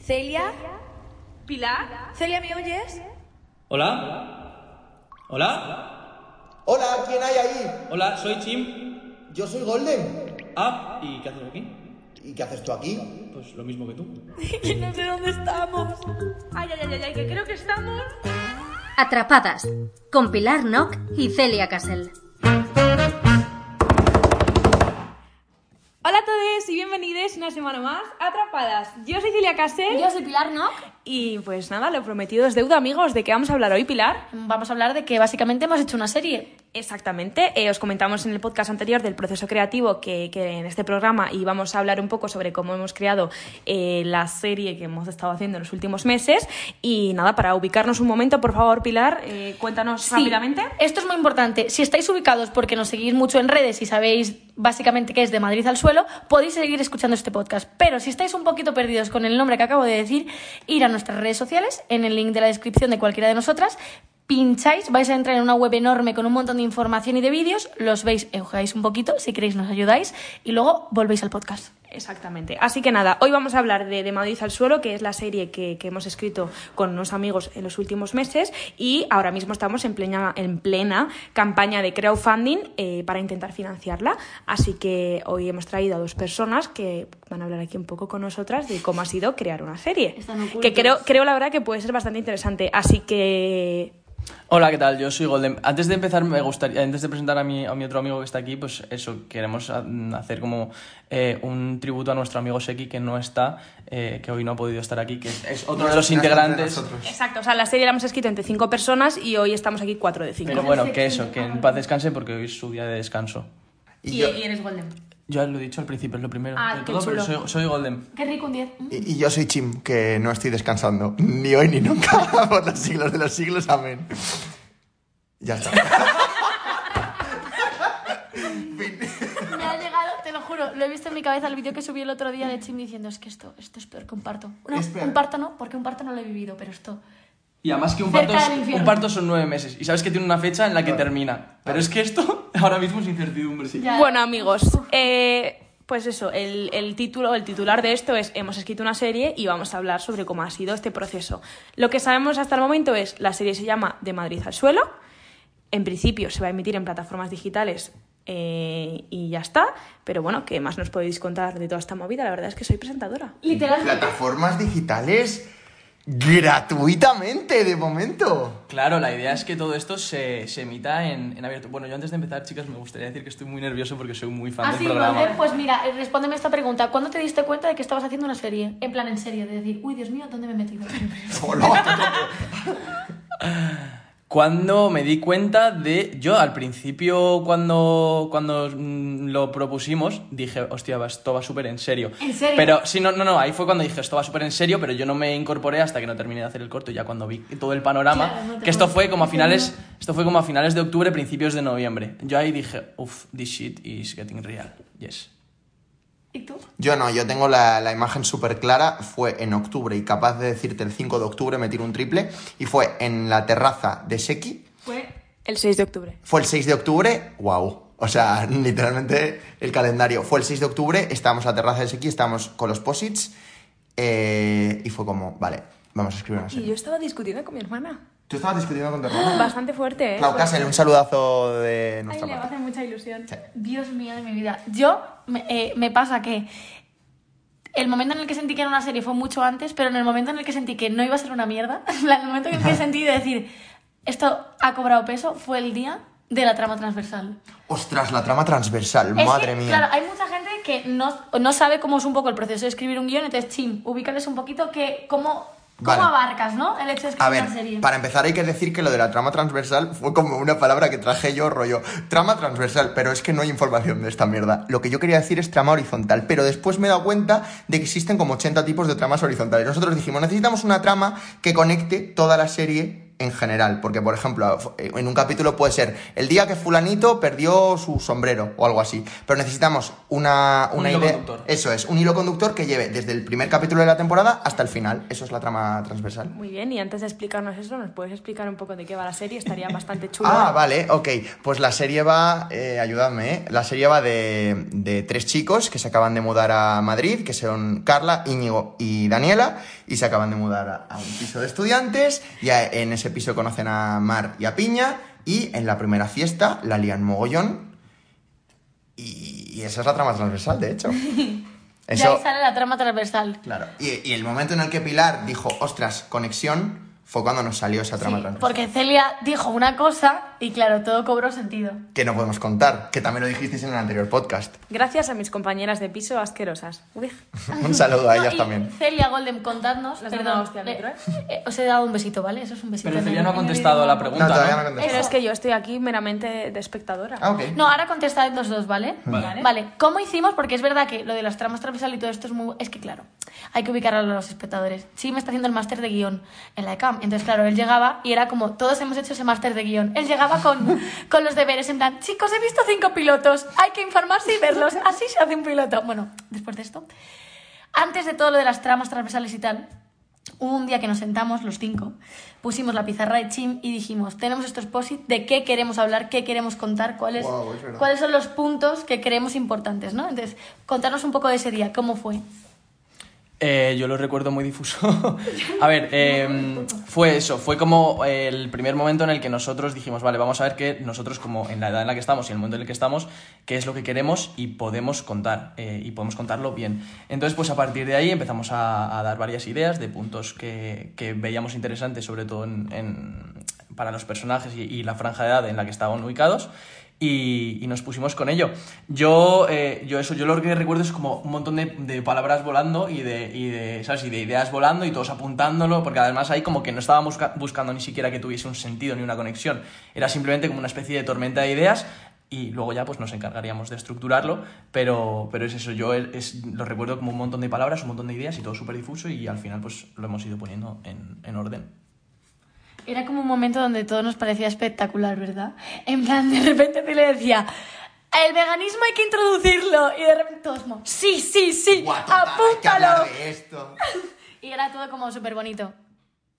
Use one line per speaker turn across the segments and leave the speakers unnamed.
Celia,
Pilar,
Celia, ¿me oyes?
Hola. Hola.
Hola, ¿quién hay ahí?
Hola, soy Chim.
Yo soy Golden.
Ah, ¿y qué haces aquí?
¿Y qué haces tú aquí?
Pues lo mismo que tú.
Que no sé dónde estamos.
ay, ay, ay, ay, que creo que estamos.
Atrapadas, con Pilar Nock y Celia Castle.
Hola a todos y bienvenidos una semana más a Atrapadas. Yo soy Celia Casel.
Yo soy Pilar Nock.
Y pues nada, lo prometido es deuda, amigos. ¿De qué vamos a hablar hoy, Pilar?
Vamos a hablar de que básicamente hemos hecho una serie.
Exactamente. eh, os comentamos en el podcast anterior del proceso creativo que, que en este programa íbamos a hablar un poco sobre cómo hemos creado eh, la serie que hemos estado haciendo en los últimos meses. Y nada, para ubicarnos un momento, por favor, Pilar, eh, cuéntanos rápidamente.
Esto es muy importante. Si estáis ubicados porque nos seguís mucho en redes y sabéis básicamente que es de Madrid al suelo, podéis seguir escuchando este podcast. Pero si estáis un poquito perdidos con el nombre que acabo de decir, ir a nuestras redes sociales, en el link de la descripción de cualquiera de nosotras, pincháis, vais a entrar en una web enorme con un montón de información y de vídeos, los veis, jugáis un poquito, si queréis nos ayudáis, y luego volvéis al podcast.
Exactamente. Así que nada, hoy vamos a hablar de, de Madrid al Suelo, que es la serie que, que hemos escrito con unos amigos en los últimos meses y ahora mismo estamos en plena, en plena campaña de crowdfunding eh, para intentar financiarla. Así que hoy hemos traído a dos personas que van a hablar aquí un poco con nosotras de cómo ha sido crear una serie.
Están ocultos.
Que creo, creo la verdad que puede ser bastante interesante. Así que...
Hola, ¿qué tal? Yo soy Golden. Antes de empezar, me gustaría, antes de presentar a mi, a mi otro amigo que está aquí, pues eso, queremos ha- mm, hacer como eh, un tributo a nuestro amigo Seki, que no está, eh, que hoy no ha podido estar aquí, que es, es otro de los integrantes.
Exacto, o sea, la serie la hemos escrito entre cinco personas y hoy estamos aquí cuatro de cinco.
Pero bueno, que eso, que en paz descanse porque hoy es su día de descanso.
Y yo,
eres Golden.
Yo lo he dicho al principio, es lo primero.
Ah,
de
qué
todo, pero
chulo.
soy, soy Golden.
Qué rico un 10.
y- y yo soy Chim, que no estoy descansando. Ni hoy ni nunca. Por los siglos de los siglos. Amén. Ya está.
Me ha llegado, te lo juro, lo he visto en mi cabeza el vídeo que subí el otro día de Chim diciendo es que esto, esto es peor que un parto. No,
Es peor.
un parto no, porque un parto no lo he vivido, pero esto.
Y además que un
Cerca
parto,
del
es-
infierno.
un parto son nueve meses y sabes que tiene una fecha en la que
Claro.
termina. Pero es que esto ahora mismo es incertidumbre, sí.
Ya.
Bueno, amigos, eh, pues eso, el, el título, el titular de esto es Hemos escrito una serie y vamos a hablar sobre cómo ha sido este proceso. Lo que sabemos hasta el momento es la serie se llama De Madrid al Suelo. En principio se va a emitir en plataformas digitales eh, y ya está. Pero bueno, ¿qué más nos podéis contar de toda esta movida? La verdad es que soy presentadora.
Literalmente.
Plataformas digitales gratuitamente, de momento.
Claro, la idea es que todo esto se, se emita en, en abierto. Bueno, yo antes de empezar, chicas, me gustaría decir que estoy muy nervioso porque soy muy fan del
Así,
programa.
Golden, pues mira, eh, respóndeme esta pregunta. ¿Cuándo te diste cuenta de que estabas haciendo una serie? En plan, en serio, de decir, uy, Dios mío, ¿dónde me he metido?
Solo.
Cuando me di cuenta de. Yo al principio, cuando, cuando mm, lo propusimos, dije, hostia, va- esto va súper en serio.
¿En serio?
Pero sí, no, no, no, ahí fue cuando dije, esto va súper en serio, pero yo no me incorporé hasta que no terminé de hacer el corto, ya cuando vi todo el panorama.
Claro, no te
que esto
puedo-
fue como a
no te
finales. Esto fue como a finales de octubre, principios de noviembre. Yo ahí dije, uff, this shit is getting real. Yes.
¿Y tú?
Yo no, yo tengo la, la imagen súper clara. Fue en octubre y capaz de decirte el 5 de octubre me tiró un triple. Y fue en la terraza de Seki.
Fue el 6 de octubre.
Fue el 6 de octubre, wow. O sea, literalmente el calendario. Fue el 6 de octubre, estábamos en la terraza de Seki, estábamos con los posits. eh, y fue como, vale, vamos a escribir una
Y
serie.
yo estaba discutiendo con mi hermana.
Tú estabas discutiendo con tu hermana.
Bastante fuerte, ¿eh?
Clau Casel, un saludazo de
Ay,
nuestra
le va a
parte.
hacer mucha ilusión.
Dios mío de mi vida. Yo me, eh, me pasa que el momento en el que sentí que era una serie fue mucho antes, pero en el momento en el que sentí que no iba a ser una mierda, en plan, el momento en el que sentí de decir esto ha cobrado peso fue el día de la trama transversal.
Ostras, la trama transversal,
Es
madre
que,
mía.
Claro, hay mucha gente que no, no sabe cómo es un poco el proceso de escribir un guión, entonces, chim, ubícales un poquito que cómo
Vale.
¿Cómo abarcas, no? El hecho de escribir
A ver,
una serie.
para empezar hay que decir que lo de la trama transversal fue como una palabra que traje yo, rollo. Trama transversal, pero es que no hay información de esta mierda. Lo que yo quería decir es trama horizontal, pero después me he dado cuenta de que existen como 80 tipos de tramas horizontales. Nosotros dijimos, necesitamos una trama que conecte toda la serie en general, porque por ejemplo, eh, en un capítulo puede ser el día que fulanito perdió su sombrero o algo así, pero necesitamos una,
Un
una
hilo
idea...
conductor.
Eso es, un hilo conductor que lleve desde el primer capítulo de la temporada hasta el final. Eso es la trama transversal.
Muy bien, y antes de explicarnos eso, ¿nos puedes explicar un poco de qué va la serie? Estaría bastante chulo.
Ah, vale, ok. Pues la serie va, eh, ayúdame, ¿eh? la serie va de, de tres chicos que se acaban de mudar a Madrid, que son Carla, Íñigo y Daniela, y se acaban de mudar a, a un piso de estudiantes, y a- en ese piso conocen a Mar y a Piña, y en la primera fiesta la lían mogollón, y, y esa es la trama transversal, de hecho.
De ahí sale la trama transversal.
claro. Y, y el momento en el que Pilar dijo, ostras, conexión, fue cuando nos salió esa trama
Sí,
transversal.
porque Celia dijo una cosa y claro, todo cobró sentido.
que no podemos contar, que también lo dijisteis en el anterior podcast.
Gracias a mis compañeras de piso asquerosas. Uy.
Un saludo a
No,
ellas
y
también.
Celia Golden, contadnos.
Las
perdón,
de una hostia al
le-
otro, ¿eh?
eh, os he dado un besito, ¿vale? Eso es un besito.
Pero
en
Celia
el-
no ha
en el
contestado
idioma.
la
No,
pregunta,
todavía no
¿no?
contestas.
Pero es que yo estoy aquí meramente de- de espectadora.
Ah, ok.
No, ahora contestad los dos, ¿vale?
Vale.
Vale, ¿cómo hicimos? Porque es verdad que lo de las tramas transversal y todo esto es muy... Es que, claro, hay que ubicar a los espectadores. Sí, me está haciendo el máster de guión en la E ECAM. Entonces, claro, él llegaba y era como, todos hemos hecho ese máster de guión. Él llegaba con, con los deberes, en plan, chicos, he visto cinco pilotos, hay que informarse y verlos, así se hace un piloto. Bueno, después de esto, antes de todo lo de las tramas transversales y tal, hubo un día que nos sentamos los cinco, pusimos la pizarra de Chim y dijimos, tenemos estos posit de qué queremos hablar, qué queremos contar, cuáles,
Guau, es verdad.
cuáles son los puntos que creemos importantes, ¿no? Entonces, contarnos un poco de ese día, cómo fue.
Eh, yo lo recuerdo muy difuso. a ver, eh, fue eso, fue como el primer momento en el que nosotros dijimos, vale, vamos a ver que nosotros como en la edad en la que estamos y en el momento en el que estamos, qué es lo que queremos y podemos contar, eh, y podemos contarlo bien. Entonces, pues a partir de ahí empezamos a, a dar varias ideas de puntos que, que veíamos interesantes, sobre todo en- en- para los personajes y, y la franja de edad en la que estaban ubicados. Y, y nos pusimos con ello. Yo, eh, yo eso, yo lo que recuerdo es como un montón de, de palabras volando y de, y de, ¿sabes? Y de ideas volando y todos apuntándolo, porque además ahí como que no estábamos busca- buscando ni siquiera que tuviese un sentido ni una conexión. Era simplemente como una especie de tormenta de ideas y luego ya pues nos encargaríamos de estructurarlo, pero, pero es eso, yo es- es- lo recuerdo como un montón de palabras, un montón de ideas y todo súper difuso y al final pues lo hemos ido poniendo en, en orden.
Era como un momento donde todo nos parecía espectacular, ¿verdad? En plan, de repente te le decía, el veganismo hay que introducirlo. Y de repente todos, como, sí, sí, sí,
Guau, total, hay que
apúntalo.
hablar de esto.
Y era todo como súper bonito.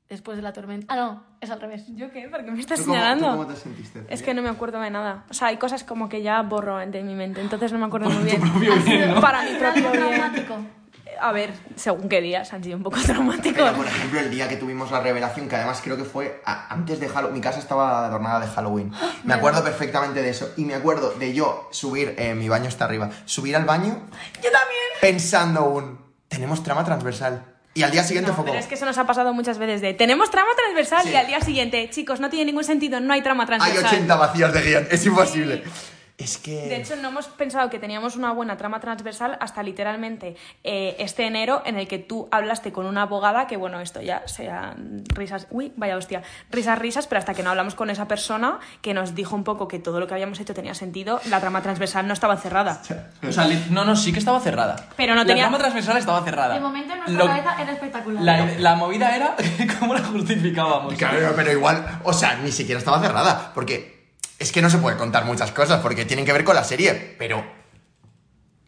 Después de la tormenta. Ah, no, es al revés.
¿Yo qué? ¿Por qué me estás
¿Tú cómo-
señalando?
tú cómo te sentiste,
Es
Celia?
que no me acuerdo de nada. O sea, hay cosas como que ya borro de mi mente, entonces no me acuerdo muy bien.
propio bien, ¿no?
Para mi propio
Algo
bien.
traumático.
A ver, según qué días han sido un poco traumáticos.
Pero, por ejemplo, el día que tuvimos la revelación, que además creo que fue a- antes de Halloween, mi casa estaba adornada de Halloween. Me acuerdo perfectamente de eso. Y me acuerdo de yo subir, eh, mi baño está arriba, subir al baño
Yo también.
pensando un, tenemos trama transversal. Y al día siguiente
No,
fue
pero
como,
es que eso nos ha pasado muchas veces de tenemos trama transversal
Sí.
y al día siguiente, chicos, no tiene ningún sentido, no hay trama
hay
transversal.
80 vacíos de guión, es imposible. Es que...
De hecho, no hemos pensado que teníamos una buena trama transversal hasta literalmente eh, este enero en el que tú hablaste con una abogada, que bueno, esto ya sean risas, uy, vaya hostia, risas, risas, pero hasta que no hablamos con esa persona que nos dijo un poco que todo lo que habíamos hecho tenía sentido, la trama transversal no estaba cerrada.
O sea, li- no, no, sí que estaba cerrada.
Pero no
la
tenía-
trama transversal estaba cerrada.
De momento en nuestra
Lo-
cabeza era espectacular.
La, la movida era cómo la justificábamos.
Claro, pero igual, o sea, ni siquiera estaba cerrada, porque es que no se puede contar muchas cosas, porque tienen que ver con la serie, pero...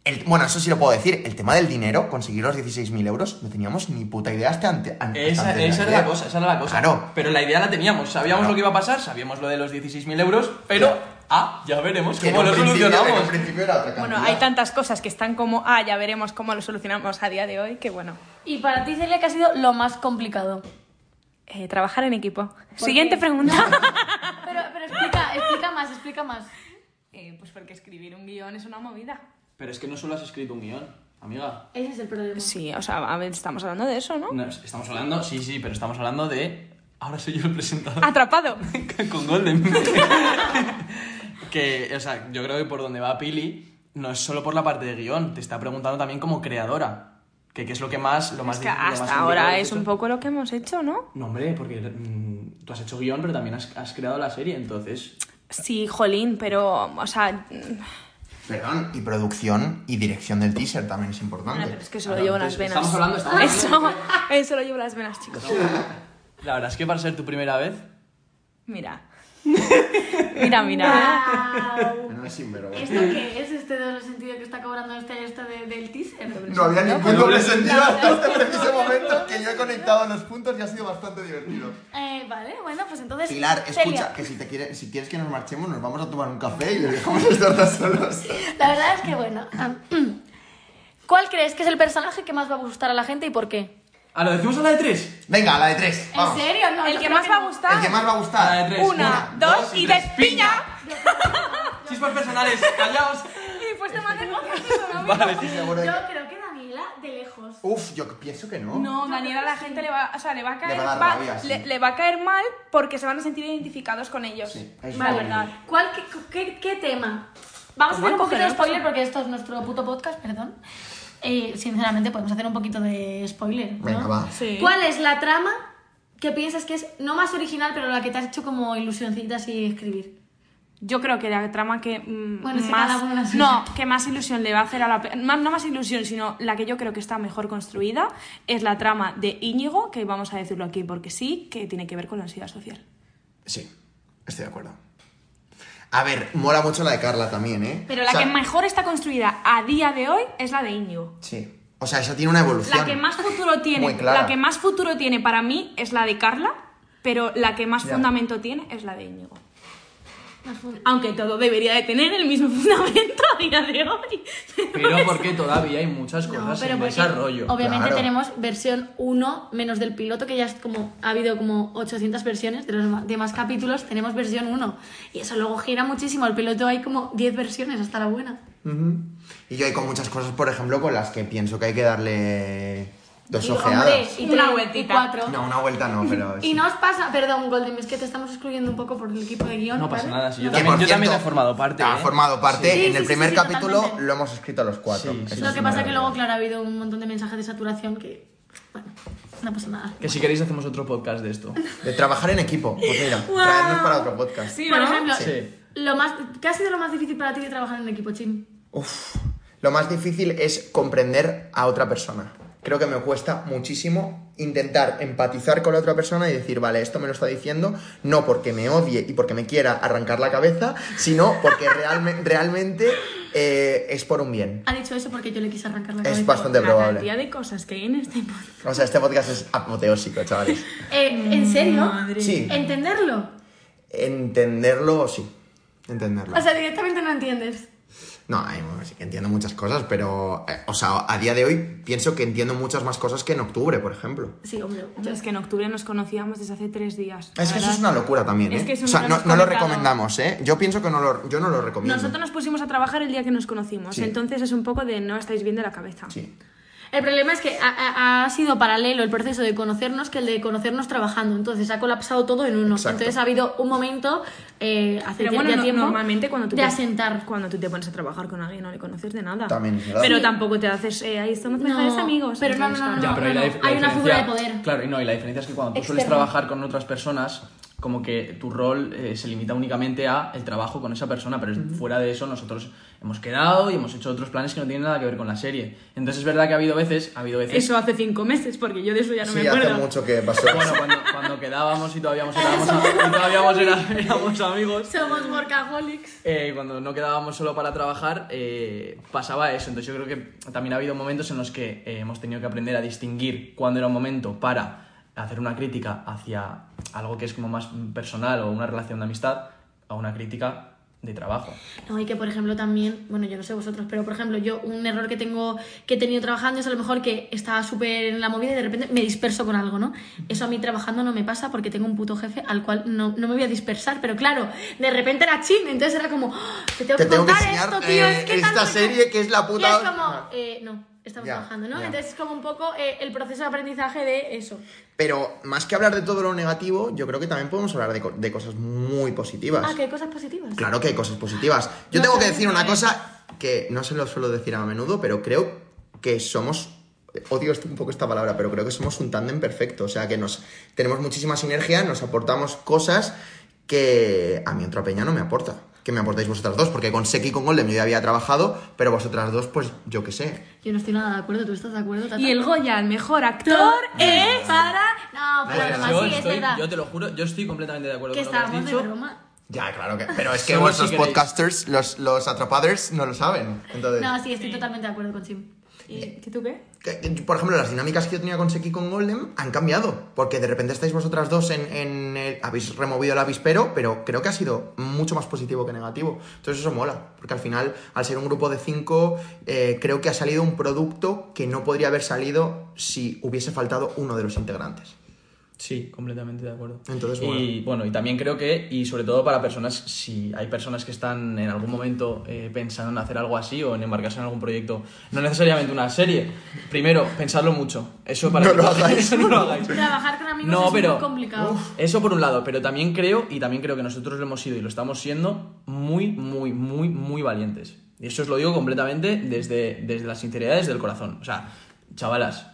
el- bueno, eso sí lo puedo decir, el tema del dinero, conseguir los 16.000 euros, no teníamos ni puta idea hasta ante, an- hasta
Esa,
antes de
esa era
ayer.
la cosa, esa era la cosa.
Claro.
Pero la idea la teníamos, sabíamos
Claro.
lo que iba a pasar, sabíamos lo de los 16.000 euros, pero ah, ya veremos
Que en
cómo
un
lo
principio-
solucionamos.
en un principio era otra
Bueno,
cantidad.
hay tantas cosas que están como, ah, ya veremos cómo lo solucionamos a día de hoy, que bueno,
Y para ti, Celia, que ha sido lo más complicado.
eh, trabajar en equipo. Siguiente pregunta.
Pero, pero explica, explica más, explica más.
Eh, pues porque escribir un guión es una movida.
Pero es que no solo has escrito un guión, amiga.
Ese es el problema.
Sí, o sea, a ver, estamos hablando de eso, ¿no?
No, estamos hablando, sí, sí, pero estamos hablando de... Ahora soy yo el presentador.
Atrapado.
con Golden. que, o sea, yo creo que por donde va Pili no es solo por la parte de guión, te está preguntando también como creadora. Que, que es lo que más... Lo más
Es que
di- lo más
hasta
complicado
ahora
que
es
he
un
hecho.
poco lo que hemos hecho, ¿no?
No, hombre, porque mm, tú has hecho guión, pero también has, has creado la serie, entonces...
Sí, jolín, pero, o sea,
Perdón, y producción y dirección del teaser también es importante.
Bueno, pero es que solo
Ahora,
llevo las
entonces,
venas.
estamos hablando- estamos
Eso, eso lo llevo las venas, chicos.
La verdad es que para ser tu primera vez...
Mira. Mira, mira.
No es sinvergüenza.
¿Esto qué es? Este doble sentido que está cobrando este, este de- del teaser.
No había ningún doble sentido hasta este preciso momento que yo he conectado los puntos y ha sido bastante divertido.
Eh, vale, bueno, pues entonces.
Pilar, escucha,
Celia,
que si, te quiere- si quieres que nos marchemos, nos vamos a tomar un café y les dejamos estar dos solos.
La verdad es que, bueno. am, ¿Cuál crees que es el personaje que más va a gustar a la gente y por qué?
Ah, lo decimos a la de tres.
Venga, la de tres. Vamos.
serio? No,
El que más va a gustar.
El que más va a
A la
gustar.
de tres.
Una, dos y tres. ¡Piña!
Chispas personales, callaos.
Y pues te manden
Vale.
Estoy seguro de que-
creo que Daniela, de lejos.
Uf, yo pienso que no.
No, Daniela, a la gente le va, o sea, le va a caer
Le va a dar
mal.
rabia, sí.
le, le va a caer mal porque se van a sentir identificados con ellos.
Sí, es
la
horrible.
verdad.
¿Cuál, qué, qué- qué tema? Vamos a hacer
Bueno,
un poquito
pero
de
no
spoiler
pasa nada.
porque esto es nuestro puto podcast, perdón. Eh, sinceramente, podemos hacer un poquito de spoiler. ¿no?
Venga, va.
Sí.
¿Cuál es la trama que piensas que es no más original, pero la que te has hecho como ilusioncita así escribir?
Yo creo que la trama que mm,
Bueno, sí, cada uno la
más
suya.
no, que más ilusión le va a hacer a la pe- más- no más ilusión, sino la que yo creo que está mejor construida es la trama de Íñigo, que vamos a decirlo aquí porque sí, que tiene que ver con la ansiedad social.
Sí, estoy de acuerdo. A ver, mola mucho la de Carla también, ¿eh?
Pero la
O sea,
que mejor está construida a día de hoy es la de Íñigo.
Sí. O sea, esa tiene una evolución.
La que más futuro
Muy
tiene,
clara.
la que más futuro tiene para mí es la de Carla, pero la que más
Ya.
fundamento tiene es la de Íñigo. Aunque todo debería de tener el mismo fundamento a día de hoy.
Pero porque todavía hay muchas cosas en
porque
desarrollo.
Obviamente
Claro.
tenemos versión 1 menos del piloto, que ya es como ha habido como 800 versiones de los ma- demás capítulos, tenemos versión 1. Y eso luego gira muchísimo. El piloto hay como 10 versiones hasta la buena.
Ujú. Y yo hay con muchas cosas, por ejemplo, con las que pienso que hay que darle dos
Y,
ojeadas.
hombre, y
Una
tres, y
vueltita.
cuatro.
No, una vuelta no, pero.
Y
sí.
no os pasa, perdón, Golden, es que te estamos excluyendo un poco por el equipo de guión.
No pasa
¿vale?
nada, si yo
Que,
también,
por
yo también
cierto,
he formado parte.
Ha
¿eh?
formado parte.
Sí, sí,
en el
sí,
primer
sí,
capítulo
totalmente.
lo hemos escrito los cuatro.
Sí, sí,
Eso
Lo
es
que pasa
una
que luego,
maravilla.
claro, ha habido un montón de mensajes de saturación que, bueno, no pasa nada.
Que si queréis hacemos otro podcast de esto.
De trabajar en equipo. Pues mira, traernos para otro podcast.
Sí,
Por
¿no?
ejemplo,
Sí.
lo más, ¿qué ha sido lo más difícil para ti de trabajar en un equipo, Chim?
Uf, lo más difícil es comprender a otra persona. Creo que me cuesta muchísimo intentar empatizar con la otra persona y decir, vale, esto me lo está diciendo, no porque me odie y porque me quiera arrancar la cabeza, sino porque realme- realmente eh, es por un bien.
Ha dicho eso porque yo le quise arrancar la cabeza.
Es bastante
La cantidad
probable.
de cosas que hay en este podcast.
O sea, este podcast es apoteósico, chavales.
Eh, ¿En serio?
Sí,
¿Entenderlo?
entenderlo sí. Entenderlo.
O sea, directamente no entiendes.
No, ay, bueno, sí que entiendo muchas cosas, pero, eh, o sea, a día de hoy pienso que entiendo muchas más cosas que en octubre, por ejemplo.
Sí, hombre.
Yo es que en octubre nos conocíamos desde hace tres días.
Es
la
que eso
verdad.
es una locura también, ¿eh?
Es que eso
o sea,
no
no,
lo
no lo
hemos comentado.
recomendamos, ¿eh? Yo pienso que no lo, yo no lo recomiendo.
Nosotros nos pusimos a trabajar el día que nos conocimos,
Sí.
entonces es un poco de no estáis bien de la cabeza.
Sí.
El problema es que ha, ha- ha sido paralelo el proceso de conocernos que el de conocernos trabajando. Entonces ha colapsado todo en uno.
Exacto.
Entonces ha habido un momento eh, hace
Pero
tie-
bueno,
ya
no-
tiempo
normalmente cuando tú
de
te-
asentar.
cuando tú te pones a trabajar con alguien no le conoces de nada.
También es verdad.
Pero
Sí.
tampoco te haces, eh, ahí estamos mejores amigos.
pero no, no, no, no.
Ya, pero ahí la
Ah, Hay
dif- la
una
diferencia-
figura de poder.
Claro, y no, y la diferencia es que cuando tú sueles
Externa.
trabajar con otras personas, como que tu rol eh, se limita únicamente a el trabajo con esa persona, pero es- fuera de eso nosotros hemos quedado y hemos hecho otros planes que no tienen nada que ver con la serie. Entonces es verdad que ha habido veces, ha habido veces...
Eso hace cinco meses, porque yo de eso ya no
sí,
me
hace
acuerdo.
mucho que pasó.
Bueno, cuando, cuando quedábamos y todavía, éramos, y todavía era- éramos amigos,
Somos workaholics.
eh, cuando no quedábamos solo para trabajar, eh, pasaba eso. Entonces yo creo que también ha habido momentos en los que eh, hemos tenido que aprender a distinguir cuándo era un momento para hacer una crítica hacia algo que es como más personal o una relación de amistad a una crítica de trabajo.
No, y que por ejemplo también, bueno, yo no sé vosotros, pero por ejemplo, yo un error que tengo, que he tenido trabajando es a lo mejor que estaba súper en la movida y de repente me disperso con algo, ¿no? Eso a mí trabajando no me pasa porque tengo un puto jefe al cual no, no me voy a dispersar, pero claro, de repente era chin, entonces era como, ¡Ah! te tengo
Te
que
tengo que
contar
enseñar,
esto, tío,
eh,
es que
esta
tal, no sé qué".
serie que es la puta
Y es
hostia.
como, eh, no, estamos
Ya,
trabajando, ¿no?
ya.
Entonces es como un poco eh, el proceso de aprendizaje de eso.
Pero más que hablar de todo lo negativo, yo creo que también podemos hablar de, co- de cosas muy positivas.
Ah, que hay cosas positivas.
Claro que hay cosas positivas. Yo
No,
tengo que
pero
decir
no
una
es.
cosa que no se lo suelo decir a menudo, pero creo que somos odio esto- un poco esta palabra, pero creo que somos un tándem perfecto. O sea, que nos tenemos muchísima sinergia, nos aportamos cosas que a mí otra peña no me aporta. Que me aportáis vosotras dos, porque con Seki y con Golem yo ya había trabajado, pero vosotras dos, pues yo qué sé.
Yo no estoy nada de acuerdo, ¿tú estás de acuerdo? Tata?
Y el Goya, el mejor actor, es...
Para. No, pero
Pues
broma,
yo,
sí, es
estoy-
verdad.
yo te lo juro, yo estoy completamente de acuerdo
Que
con lo que has
estábamos de
dicho.
broma.
Ya, claro que. Pero es que
Solo
vuestros
si queréis.
podcasters, los, los atrapaders, no lo saben. Entonces.
No, sí, estoy totalmente de acuerdo con Sim.
¿Y tú qué?
Que- que, Por ejemplo, las dinámicas que yo tenía con Seki y con Golem han cambiado, porque de repente estáis vosotras dos en, en el- Habéis removido el avispero, pero creo que ha sido mucho más positivo que negativo. Entonces eso mola, porque al final, al ser un grupo de cinco, eh, creo que ha salido un producto que no podría haber salido si hubiese faltado uno de los integrantes.
Sí, completamente de acuerdo.
Entonces,
Y bueno, y también creo que, y sobre todo para personas, si hay personas que están en algún momento eh, pensando en hacer algo así o en embarcarse en algún proyecto, no necesariamente una serie, primero, pensadlo mucho. Eso para
No
que-
lo hagáis.
no lo hagáis.
Trabajar con amigos
No,
es
pero-
muy complicado.
Uf. Eso por un lado, pero también creo, y también creo que nosotros lo hemos sido y lo estamos siendo, muy, muy, muy, muy valientes. Y eso os lo digo completamente desde, desde la sinceridad, desde el corazón. O sea, chavalas,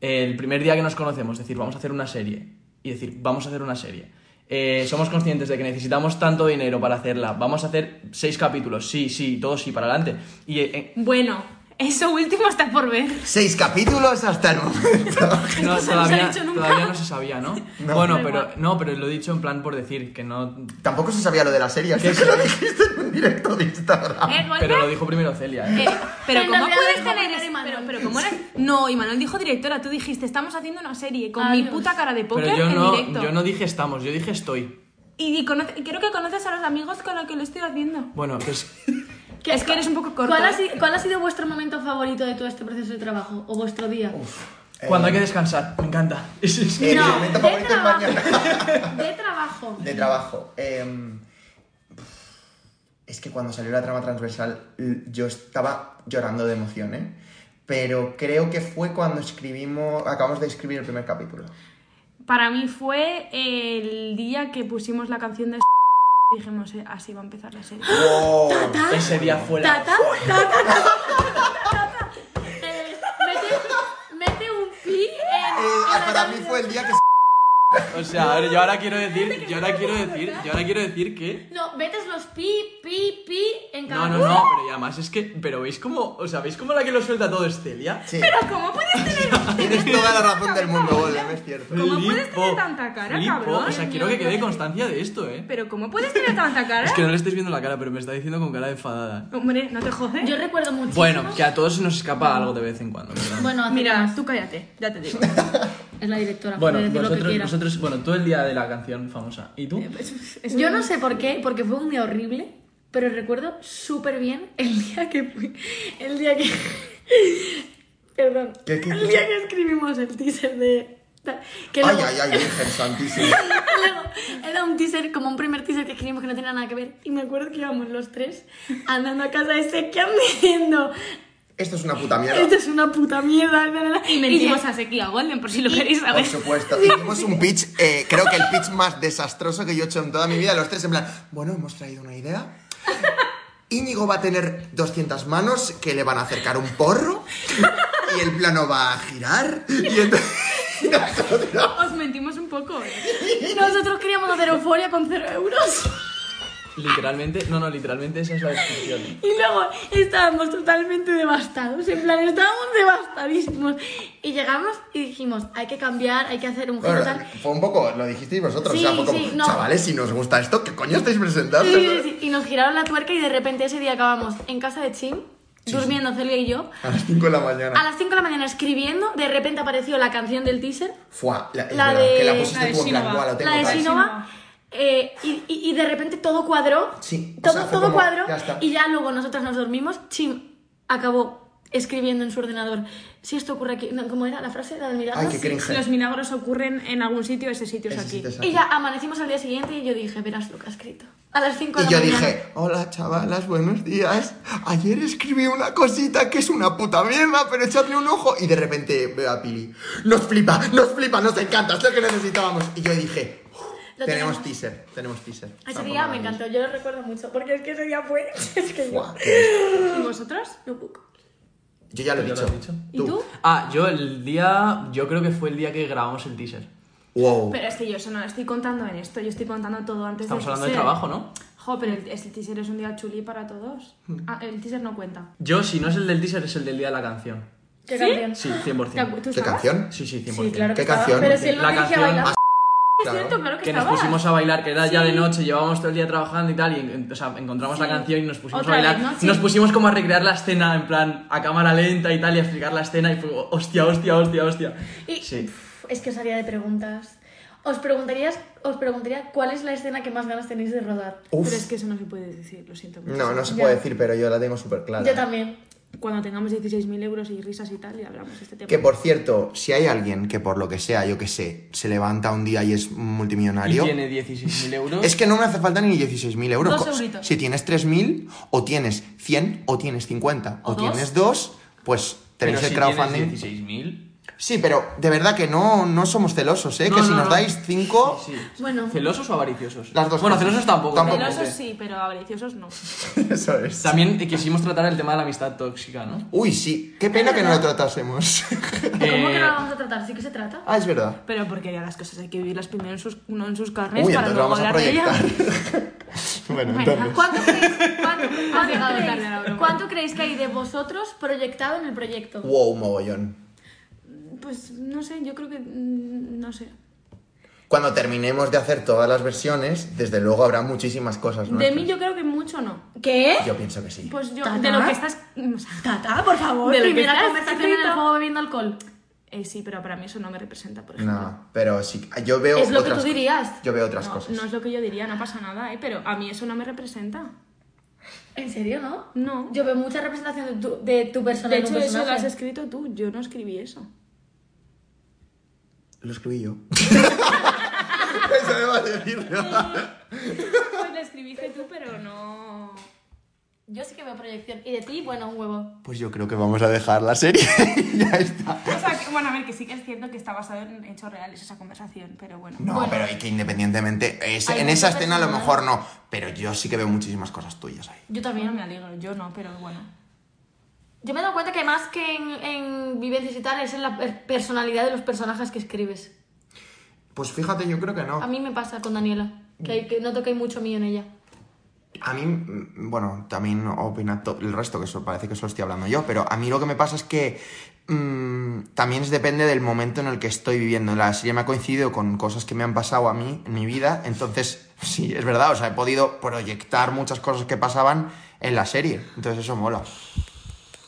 el primer día que nos conocemos, decir, vamos a hacer una serie, y decir, vamos a hacer una serie. Eh, somos conscientes de que necesitamos tanto dinero para hacerla. Vamos a hacer seis capítulos, sí, sí, todos sí, para adelante. Y eh,
Bueno, eso último está por ver.
Seis capítulos hasta el momento.
no,
se nos ha
todavía,
dicho nunca.
todavía no se sabía, ¿no?
No.
bueno,
Da
pero, no, pero lo he dicho en plan por decir, que no
Tampoco se sabía lo de la serie, así que lo dijiste en un directo de Instagram.
Eh, Golem,
Pero lo dijo primero Celia, ¿eh?
Eh, pero
En
¿cómo
realidad
puedes
dijo
tener ese-
Manuel Manuel.
Pero, pero ¿cómo eres? No, y Manuel dijo directora, tú dijiste, estamos haciendo una serie con mi
Adiós.
puta cara de póker
Pero yo
en
no,
directo.
yo no dije estamos, yo dije estoy.
Y, y conoce- y creo que conoces a los amigos con los que lo estoy haciendo.
Bueno, pues
Es que eres un poco corto.
¿Cuál ha,
¿eh?
si- cuál ha sido vuestro momento favorito de todo este proceso de trabajo? ¿O vuestro día?
cuando hay que descansar, me encanta. Sí, sí.
Eh,
No,
mi momento
de
favorito es
trabajo.
mañana.
De trabajo.
De trabajo. em, es que cuando salió la trama transversal l- yo estaba llorando de emoción, ¿eh? Pero creo que fue cuando escribimos, acabamos de escribir el primer capítulo.
Para mí fue el día que pusimos la canción de y dijimos, eh, así va a empezar la serie.
Ese día fue la...
Tata, tata, tata. Eh, mete, mete un pi
Eh,
en.
Eh,
ah,
para mí fue el día que...
O sea, a ver, yo ahora quiero decir, yo ahora quiero decir, yo ahora quiero decir que
No, metes los pi, pi, pi en cada
no, no, no, pero y además es que, pero veis cómo, o sea, veis cómo la que lo suelta todo es Celia.
Sí,
¿Cómo puedes tener,
tienes toda la razón del mundo, Golem, es cierto.
¿Cómo puedes
Flipo,
tener tanta cara,
flipo.
cabrón?
O sea, quiero que quede constancia de esto, ¿eh?
pero ¿cómo puedes tener tanta cara?
Es que no le estáis viendo la cara, pero me está diciendo con cara de enfadada.
Hombre, no te jodes.
Yo recuerdo mucho.
Bueno, que a todos se nos escapa algo de vez en cuando, ¿verdad?
Bueno, hace
Mira,
más.
tú cállate, ya te digo.
es la directora.
Bueno,
puede decir lo que
vosotros,
quiera.
vosotros, bueno, todo el día de la canción famosa. ¿Y
Eh.
tú?
Es
Yo no sé por qué, porque fue un día horrible, pero recuerdo súper bien el día que fui. El día que. Perdón.
¿Qué, qué,
El
qué?
día que escribimos el teaser de. Que
Ay,
luego-
ay, ay, Virgen Santísima.
Luego, era un teaser, como un primer teaser que escribimos que no tenía nada que ver. Y me acuerdo que íbamos los tres andando a casa de Sekian diciendo:
Esto es una puta
Esto
mierda.
es una puta mierda. bla, bla, bla".
Y mentimos
ya-
a Sequía Golden, por si lo queréis
Por
saber.
supuesto. Hicimos un pitch, eh, creo que el pitch más desastroso que yo he hecho en toda mi vida. Los tres en plan, bueno, hemos traído una idea. Íñigo va a tener 200 manos que le van a acercar un porro y el plano va a girar. Y entonces...
Os mentimos un poco, ¿eh?
Nosotros queríamos hacer euforia con cero euros.
Literalmente, no, no, literalmente esa es la descripción.
Y luego estábamos totalmente devastados, en plan, estábamos devastadísimos. Y llegamos y dijimos, hay que cambiar, hay que hacer un giro
Bueno,
tal.
fue un poco, lo dijisteis vosotros,
Sí,
o sea, fue como,
sí, no.
chavales, si nos gusta esto, ¿qué coño estáis presentando?
Sí, sí, sí. Y nos giraron la tuerca y de repente ese día acabamos en casa de Chim, durmiendo Celia y yo.
A las 5 de la
A
mañana.
las 5 de la mañana escribiendo, de repente apareció la canción del teaser,
Fua, la, es
La
verdad,
de-
que la pusiste
la de
tú en plan,
Shinova,
"Buah, lo tengo
la de
tal".
Sinova. eh, y, y- y de repente todo cuadró.
Sí, o
Todo,
sea, fue
todo
como,
cuadró.
ya está.
y ya luego nosotras nos dormimos. Chim acabó escribiendo en su ordenador. Si esto ocurre aquí. no, ¿Cómo era la frase? La del milagro.
Ay, qué cringe.
Los milagros ocurren en algún sitio, ese sitio es
Ese
aquí.
sí te saca.
Y ya amanecimos al día siguiente y yo dije, verás lo que ha escrito. A las 5 de
Y
la
yo
mañana.
dije, hola chavalas, buenos días. Ayer escribí una cosita que es una puta mierda, pero echadle un ojo. Y de repente veo a Pili. Nos flipa, nos flipa, nos encanta, es lo que necesitábamos. Y yo dije,
Lo
tenemos
tenemos".
teaser, tenemos teaser.
Ese día me encantó, yo lo recuerdo mucho. Porque es que ese día fue. Es que yo.
Buah, qué-
¿Y vosotros?
No puedo.
Yo ya lo he
¿Ya
dicho.
lo has dicho?
¿Y tú?
Ah, yo el día. Yo creo que fue el día que grabamos el teaser.
Wow.
Pero es que yo eso no lo estoy contando en esto, yo estoy contando todo antes
Estamos
del
hablando de
teaser.
trabajo, ¿no?
Jo, pero el, este teaser es un día chuli para todos.
Hmm.
Ah, el teaser no cuenta.
Yo, si no es el del teaser, es el del día de la canción.
¿Qué canción?
Sí, 100%.
¿Tú
¿Qué
sabes?
canción?
Sí, sí, 100%.
Sí, claro que
¿Qué
estaba.
canción?
Pero si él no
La
dirigía
canción-
bailar.
Es cierto, claro que,
Que nos
estabas.
pusimos a bailar, que era ya de noche, llevábamos todo el día trabajando y tal, y en- o sea, encontramos la canción y nos pusimos
Otra
a bailar.
vez, ¿no? Sí.
Y Nos pusimos como a recrear la escena, en plan, a cámara lenta y tal, y a explicar la escena, y fue como, hostia, hostia, hostia, hostia.
Y,
Sí.
pf, es que os haría de preguntas. Os preguntarías, os preguntaría cuál es la escena que más ganas tenéis de rodar.
Uf.
Pero es que eso no se puede decir, lo siento mucho.
No, no se
Ya.
puede decir, pero yo la tengo súper clara.
Yo también.
Cuando tengamos 16.000 euros y risas y tal, y hablamos de este tema.
Que por cierto, si hay alguien que por lo que sea, yo que sé, se levanta un día y es
Y
multimillonario.
tiene 16.000 euros.
Es que no me hace falta ni 16.000 euros.
Dos euritos.
Si tienes 3.000, o tienes 100, o tienes 50, o,
O dos.
tienes 2, pues
Pero
tenéis
si
el
tienes
crowdfunding.
16.000.
Sí, pero de verdad que no, no somos celosos, ¿eh?
No,
que
no,
si nos
no.
dais 5...
Sí, sí.
Bueno.
¿Celosos o avariciosos?
Las dos
Bueno,
cosas.
celosos tampoco.
Tampoco.
realmente.
Celosos sí, pero avariciosos no.
Eso es.
También eh, quisimos tratar el tema de la amistad tóxica, ¿no?
Uy, sí. Qué pena que no lo tratásemos.
¿Cómo que
Eh,
no la vamos a tratar? ¿Sí que se trata?
ah, es verdad.
Pero porque ya las cosas hay que vivirlas primero en sus, uno en sus carnes
Uy,
para luego
entonces vamos a
hablar de
proyectar.
ellas.
bueno, entonces...
¿Cuánto creéis, cuánto- cuánto
llegado
creéis-
tarde a la broma.
cuánto creéis que hay de vosotros proyectado en el proyecto?
Wow, mogollón.
Pues no sé, yo creo que. mm, No sé.
Cuando terminemos de hacer todas las versiones, desde luego habrá muchísimas cosas
De
nuestras.
mí yo creo que mucho no.
¿Qué?
Yo pienso que sí.
Pues yo.
¿Tata?
De lo que estás. mm, o sea,
Tata, por favor.
De lo que
Primera
estás
conversación en el
escrito.
juego bebiendo alcohol.
eh, sí, pero para mí eso no me representa, por ejemplo.
No, pero sí. Yo veo
Es lo que
otras
tú
cosas.
dirías.
Yo veo otras
No,
cosas.
no es lo que yo diría, no pasa nada, ¿eh? Pero a mí eso no me representa.
¿En serio, no?
No.
Yo veo mucha representación de tu, de tu persona
de
en un
hecho, eso lo has
personaje.
escrito tú, yo no escribí eso.
Lo escribí yo. Eso debo decirlo.
Pues lo escribiste tú, pero no.
Yo sí que veo proyección. Y de ti, bueno, un huevo.
Pues yo creo que vamos a dejar la serie. ya está.
O sea, que- bueno, a ver, que sí que es cierto que está basado en hechos reales esa conversación, pero bueno.
No, pero hay que independientemente. es-
Hay
en esa
mucho
escena a lo
personal.
mejor no. Pero yo sí que veo muchísimas cosas tuyas ahí.
Yo
Bueno,
también.
me alegro, yo no, pero bueno.
Yo me he dado cuenta que más que en, en vivencias y tal, es en la per- personalidad de los personajes que escribes.
Pues fíjate, yo creo que no.
A mí me pasa con Daniela, que, hay- que noto que hay mucho mío en ella.
A mí, mm, bueno, también opina to- el resto, que eso parece que solo estoy hablando yo, pero a mí lo que me pasa es que mm, también es- depende del momento en el que estoy viviendo. La serie me ha coincidido con cosas que me han pasado a mí en mi vida, entonces sí, es verdad, o sea, he podido proyectar muchas cosas que pasaban en la serie, entonces eso mola.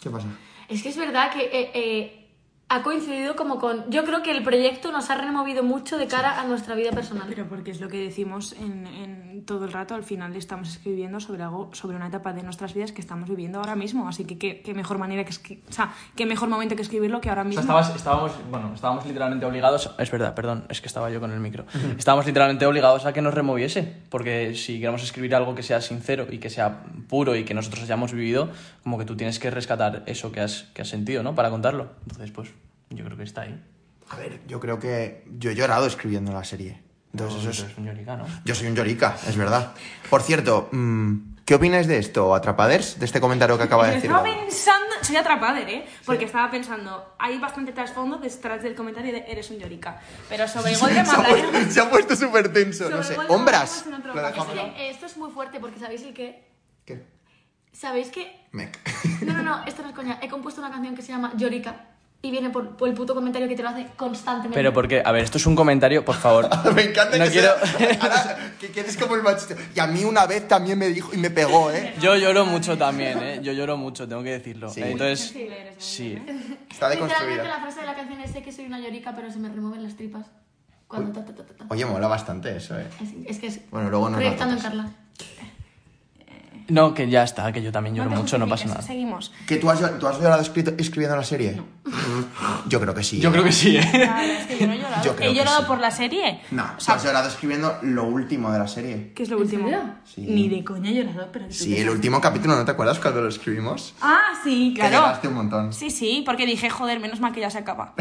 ¿Qué pasa?
Es que es verdad que eh, eh, ha coincidido como con... Yo creo que el proyecto nos ha removido mucho de cara a nuestra vida personal.
Pero porque es lo que decimos en, en todo el rato, al final estamos escribiendo sobre algo, sobre una etapa de nuestras vidas que estamos viviendo ahora mismo. Así que qué, qué mejor manera que escri- o sea, qué mejor momento que escribirlo que ahora
O
mismo.
sea, estabas- estábamos, bueno, estábamos literalmente obligados. Es verdad, perdón, es que estaba yo con el micro. Estábamos literalmente obligados a que nos removiese. Porque si queremos escribir algo que sea sincero y que sea puro y que nosotros hayamos vivido, como que tú tienes que rescatar eso que has, que has sentido, ¿no? Para contarlo. Entonces, pues, yo creo que está ahí.
A ver, yo creo que yo he llorado escribiendo la serie, entonces eso es...
Entonces, un llorica, ¿no?
Yo soy un llorica, es verdad. Por cierto, mm, ¿qué opináis de esto, Atrapaders? De este comentario que acaba de
Yo
decir.
estaba
Gabo?
pensando, soy atrapader, ¿eh? Porque estaba pensando, hay bastante trasfondo detrás del comentario de eres un llorica. Pero sobre Golden
Se ha
hablaremos-
puesto- Se ha puesto súper tenso, no
Sobre
sé.
Golden
¡Hombras!
hablaremos en otro
Lo
podcast.
Es
dejamos.
que Eh, esto es muy fuerte porque sabéis el que...
¿Qué?
Sabéis que
Mec.
No, no, no, esto no es coña. He compuesto una canción que se llama Llorica y viene por, por el puto comentario que te lo hace constantemente.
Pero porque, a ver, esto es un comentario, por favor.
Me encanta
No
que
quiero-
sea- ahora, que quedes como el machito. Y a mí una vez también me dijo y me pegó, ¿eh?
Yo lloro mucho también, ¿eh? Yo lloro mucho, tengo que decirlo.
Sí.
Eh, Entonces, sí.
Está
Literalmente la
deconstruida.
frase de la canción es sé que soy una llorica, pero se me remueven las tripas. Cuando ta, ta, ta, ta, ta.
Oye, mola bastante eso, ¿eh?
Es, es que es
Bueno, luego nos la
proyectando en
tocas.
Carla.
No, que ya está, que yo también lloro
te
mucho, no pasa
justifiques,
nada.
Seguimos.
¿Que tú has, llor- tú has llorado escrito- escribiendo la serie? Yo creo que sí.
Yo
¿eh?
creo que sí, ¿eh?
Claro, es que yo no he llorado.
Yo creo
he
que
llorado
sí.
por la serie.
¿eh? No,
O
tú
sea,
has llorado escribiendo lo último de la serie.
¿Qué es lo último?
serio?
Sí.
Ni de coña he llorado, pero...
Sí, el último capítulo, ¿no te acuerdas cuando lo escribimos?
Ah, sí,
Que
claro.
lloraste un montón.
Sí, sí, porque dije, joder, menos mal que ya se acaba.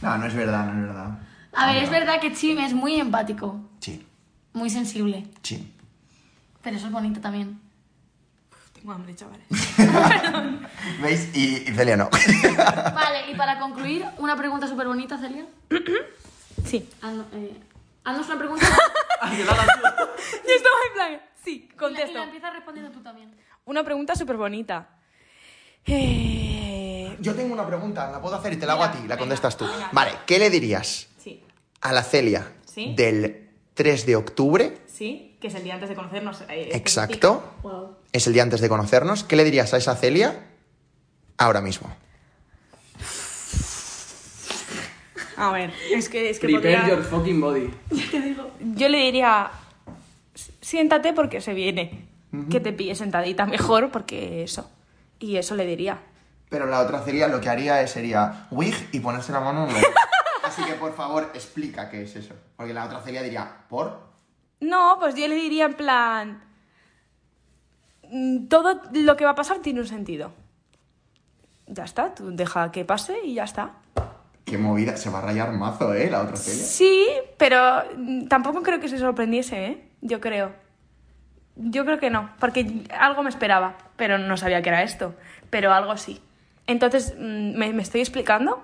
No, no es verdad, no es verdad.
A ver, es verdad que Chim es muy empático,
Sí,
muy sensible,
sí.
pero eso es bonito también.
Buah, hombre, chavales.
¿Veis? Y, y Celia no.
Vale, y para concluir, una pregunta súper bonita, Celia.
Sí.
Haznos eh, haznos una pregunta
Yo estaba en plan. Sí,
y la, y
contesto.
la empiezas respondiendo tú también.
Una pregunta súper bonita. Eh,
Yo tengo una pregunta, la puedo hacer y te la hago a ti, la contestas tú. Vale, ¿qué le dirías
Sí,
a la Celia
Sí.
del 3 de octubre?
sí, que es el día antes de conocernos. eh,
Exacto.
Wow.
Es el día antes de conocernos. ¿Qué le dirías a esa Celia ahora mismo?
específico. A ver, es que, es que
Prepare
podría-
your fucking body.
Yo le diría, siéntate porque se viene. Que te pille sentadita mejor porque eso. Y eso le diría.
Pero la otra Celia lo que haría es- sería wig y ponerse la mano en la... Así que por favor, explica qué es eso. Porque la otra Celia diría, ¿por?
No, pues yo le diría en plan, mm, todo lo que va a pasar tiene un sentido. Ya está, tú deja que pase y ya está.
Qué movida, se va a rayar mazo, ¿eh? La otra Celia.
Sí, pero mm, tampoco creo que se sorprendiese, ¿eh? Yo creo. Yo creo que no, porque algo me esperaba, pero no sabía que era esto. Pero algo sí. Entonces, mm, ¿me, me estoy explicando?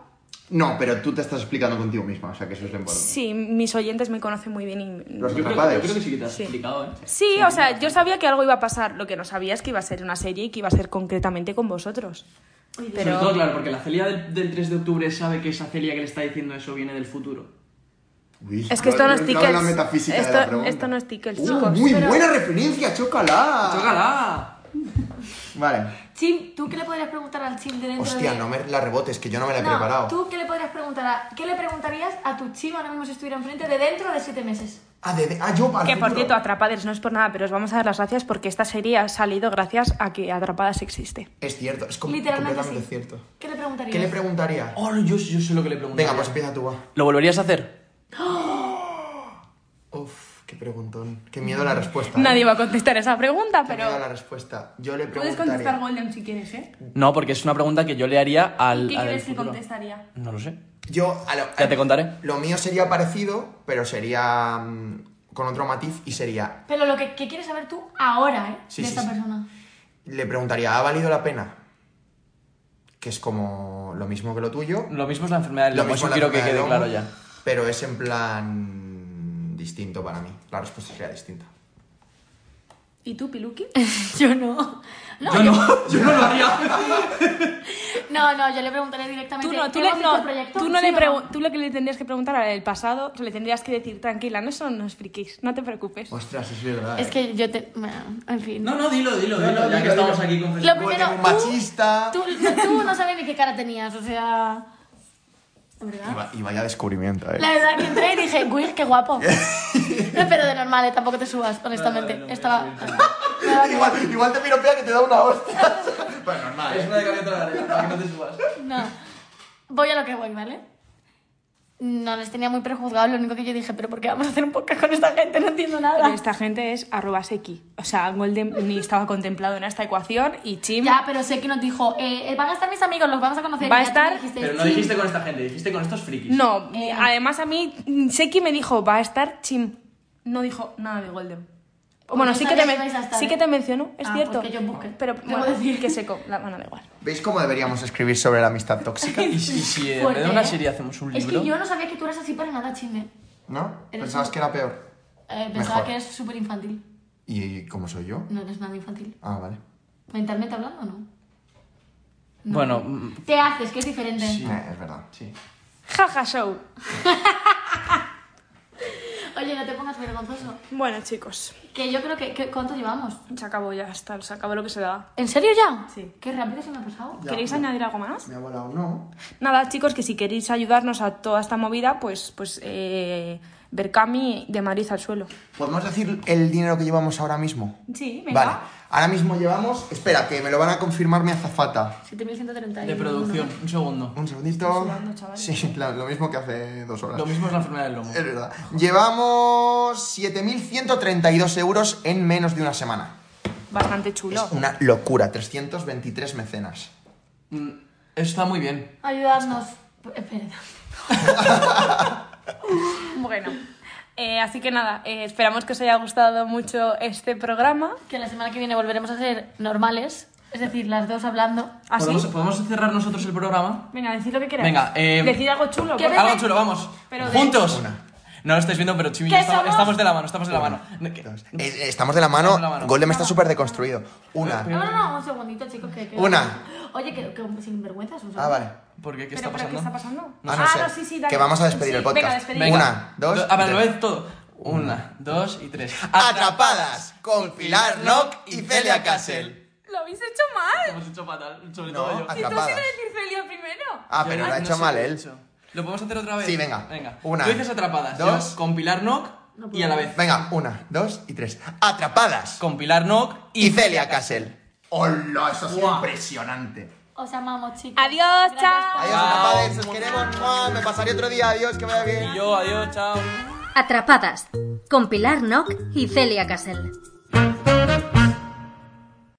No, pero tú te estás explicando contigo misma, o sea que eso es lo importante.
Sí, mis oyentes me conocen muy bien y...
Los
Yo creo,
papades.
yo creo que sí que te has
Sí.
explicado, ¿eh?
Sí, o sea, yo sabía que algo iba a pasar. Lo que no sabía es que iba a ser una serie y que iba a ser concretamente con vosotros.
Sobre todo,
Pero...
claro, porque la Celia del, del 3 de octubre sabe que esa Celia que le está diciendo eso viene del futuro.
Uy,
Es que esto no es
entraba
tickets.
la metafísica de
Esto-
la pregunta.
esto no es tickets,
Uh,
chicos,
Muy
pero-
buena referencia, chocala.
¡Chócala!
Vale.
Chim, ¿tú qué le podrías preguntar al Chim de dentro
Hostia,
de...
no me la rebotes, que yo no me la he
No,
preparado.
¿tú qué le podrías preguntar a... ¿Qué le preguntarías a tu Chim ahora mismo si estuviera enfrente de dentro de siete meses?
Ah, de- de- ah, yo para el
Que por
futuro.
cierto, Atrapaders no es por nada, pero os vamos a dar las gracias porque esta serie ha salido gracias a que Atrapadas existe.
Es cierto, es com-
Literalmente
completamente
sí.
cierto.
¿Qué le preguntarías?
¿Qué le preguntaría?
Oh, yo, yo sé lo que le pregunté.
Venga, pues empieza tú, va.
¿Lo volverías a hacer?
Uf, qué preguntón. Qué miedo la respuesta. ¿eh?
Nadie va a contestar esa pregunta,
Qué miedo
pero...
la respuesta. Yo le
Puedes
preguntaría...
contestar Golden si quieres, ¿eh?
No, porque es una pregunta que yo le haría al.
¿Qué
al
crees que
futuro.
contestaría?
No lo sé.
Yo a lo,
Ya te contaré.
Lo mío sería parecido, pero sería mm, con otro matiz y sería...
Pero lo que, que quieres saber tú ahora, ¿eh?
Sí,
de
sí,
esta
sí.
persona.
Le preguntaría, ¿ha valido la pena? Que es como lo mismo que lo tuyo.
Lo mismo es la enfermedad del
Lo
lomo,
mismo
eso
la
quiero que
enfermedad
quede
del
claro
lomo,
ya.
Pero es en plan distinto para mí. La respuesta sería distinta.
¿Y tú, Piluki?
Yo no. No,
Yo no, yo no lo haría.
no, no, yo le preguntaré directamente.
Tú no, tú,
¿hemos
le, no,
visto el este proyecto?
tú no
¿Sí
le
o
pregun- tú lo que le tendrías que preguntar al del pasado, se le tendrías que decir, tranquila, no son unos frikis, no te preocupes.
Ostras, es verdad. eh.
Es que yo te... bueno, en fin.
No, pues no, dilo, dilo,
No,
dilo,
no,
ya
dilo,
que estamos
dilo.
aquí con
Lo
Porque
primero,
era un
tú-
machista.
Tú, no, tú no sabes ni qué cara tenías, o sea...
Y, va- y vaya descubrimiento, eh.
La verdad que entré y dije, güey, qué guapo. No, pero de normal, eh, tampoco te subas, honestamente. Estaba... Me va a quedar-
Igual, igual te piropea que te da una hostia. bueno, normal.
Es una de cabeza de arena, para que no te subas.
No. Voy a lo que voy, ¿vale? No les tenía muy prejuzgados, lo único que yo dije, pero ¿por qué vamos a hacer un podcast con esta gente? No entiendo nada.
Pero esta gente es arroba seki. O sea, Golden ni estaba contemplado en esta ecuación y Chim...
Ya, pero sé que nos dijo, eh, eh, van a estar mis amigos, los vamos a conocer.
Va a
Y ya tú
estar-
me dijiste,
Pero no
sí.
dijiste con esta gente, dijiste con estos frikis.
No, y
Eh,
además a mí mm, Seki me dijo, va a estar Chim. No dijo nada de Golden. O Bueno,
Porque
sí
no
que, te
sabía
men-
que ibais a estar,
sí
¿eh?
que te mencionó, es
Ah,
cierto.
pues que yo busque.
Pero
Debo
bueno,
decir.
que seco. La, bueno, da igual.
¿Veis cómo deberíamos escribir sobre la amistad tóxica?
Y si, si en
Fuerte,
vez de una
¿eh?
serie hacemos un
Es
libro.
que yo no sabía que tú eras así para nada, chisme.
¿No?
Eres
Pensabas
un-
que era peor.
Eh, pensaba
Mejor.
que eres súper infantil.
¿Y cómo soy yo?
No eres nada infantil.
Ah, vale.
Mentalmente hablando, ¿no? No.
Bueno, mm,
Te haces, que es diferente.
Eh, es verdad.
sí.
Jaja show.
Oye, no te pongas vergonzoso.
Bueno, chicos,
Que yo creo que, que- ¿Cuánto llevamos?
se acabó ya, está, se acabó lo que se da.
¿En serio ya?
Sí.
Qué rápido se me ha pasado.
Ya,
¿Queréis
ya.
añadir algo más?
Me ha volado, no.
Nada, chicos, que si queréis ayudarnos a toda esta movida, pues, pues eh, Berkami de Madrid al suelo.
¿Podemos decir el dinero que llevamos ahora mismo?
Sí,
Vale. Ahora mismo llevamos. Espera, que me lo van a confirmar mi azafata.
7130.
De producción, un segundo.
Un segundito.
sudando, chavales.
Sí, la- lo mismo que hace dos horas.
Lo mismo es la enfermedad del lomo.
Es verdad. Llevamos 7.132 euros en menos de una semana.
Bastante chulo.
Es una locura. 323 mecenas.
Mm, Eso está muy bien.
Ayudarnos. Espera.
Bueno, Eh, así que nada, eh, esperamos que os haya gustado mucho este programa.
Que la semana que viene volveremos a ser normales, es decir, las dos hablando.
¿Así?
¿Podemos, podemos cerrar nosotros el programa?
Venga, decid lo que queráis.
Venga, eh,
Decid algo chulo.
¿Qué
por
veces-
Algo chulo, Ah, vamos.
Pero de-
Juntos. No lo estáis viendo, pero Chimi y yo
¿Qué
estamos,
somos?
estamos de la mano, estamos de la mano. No, que-
Eh, Estamos de la mano.
Estamos de la mano.
Golem está súper deconstruido.
No,
Una.
no, no, un segundito, chicos. Que, que-
Una.
Oye, que, que sin vergüenzas.
Ah, vale.
¿Por qué? ¿Qué
Pero,
está
pero, ¿qué
pasando?
está pasando?
Ah,
Ah,
no sé.
no, sí, sí, dale.
que vamos a despedir
Sí,
el podcast.
venga, despedid.
Venga. Una, dos,
a ver,
tres.
lo vez todo. Una, dos y tres.
Atrapadas con Pilar Nock y Celia Castle.
Lo habéis hecho mal.
Hemos hecho fatal, sobre
No,
todo yo.
atrapadas.
Tú has ido a decir Celia primero.
Ah, pero
Yo
lo ha
no
hecho
sé
mal
lo he
él.
hecho. ¿Lo podemos hacer otra vez?
Sí, venga.
Venga.
Una,
Tú dices atrapadas.
dos.
Yo con Pilar Nock y a la vez.
Venga, una, dos y tres. Atrapadas
Con Pilar Nock
y Celia Castle. ¡Hola! Eso ha sido
Guau.
impresionante.
Os amamos, chicos.
Adiós,
Gracias
chao.
por-
Adiós, atrapades. Os queremos. ¡Mua! Me pasaré otro día. Adiós, que vaya bien.
y yo. Adiós, chao.
Atrapadas, con Pilar Nock y Celia Castle.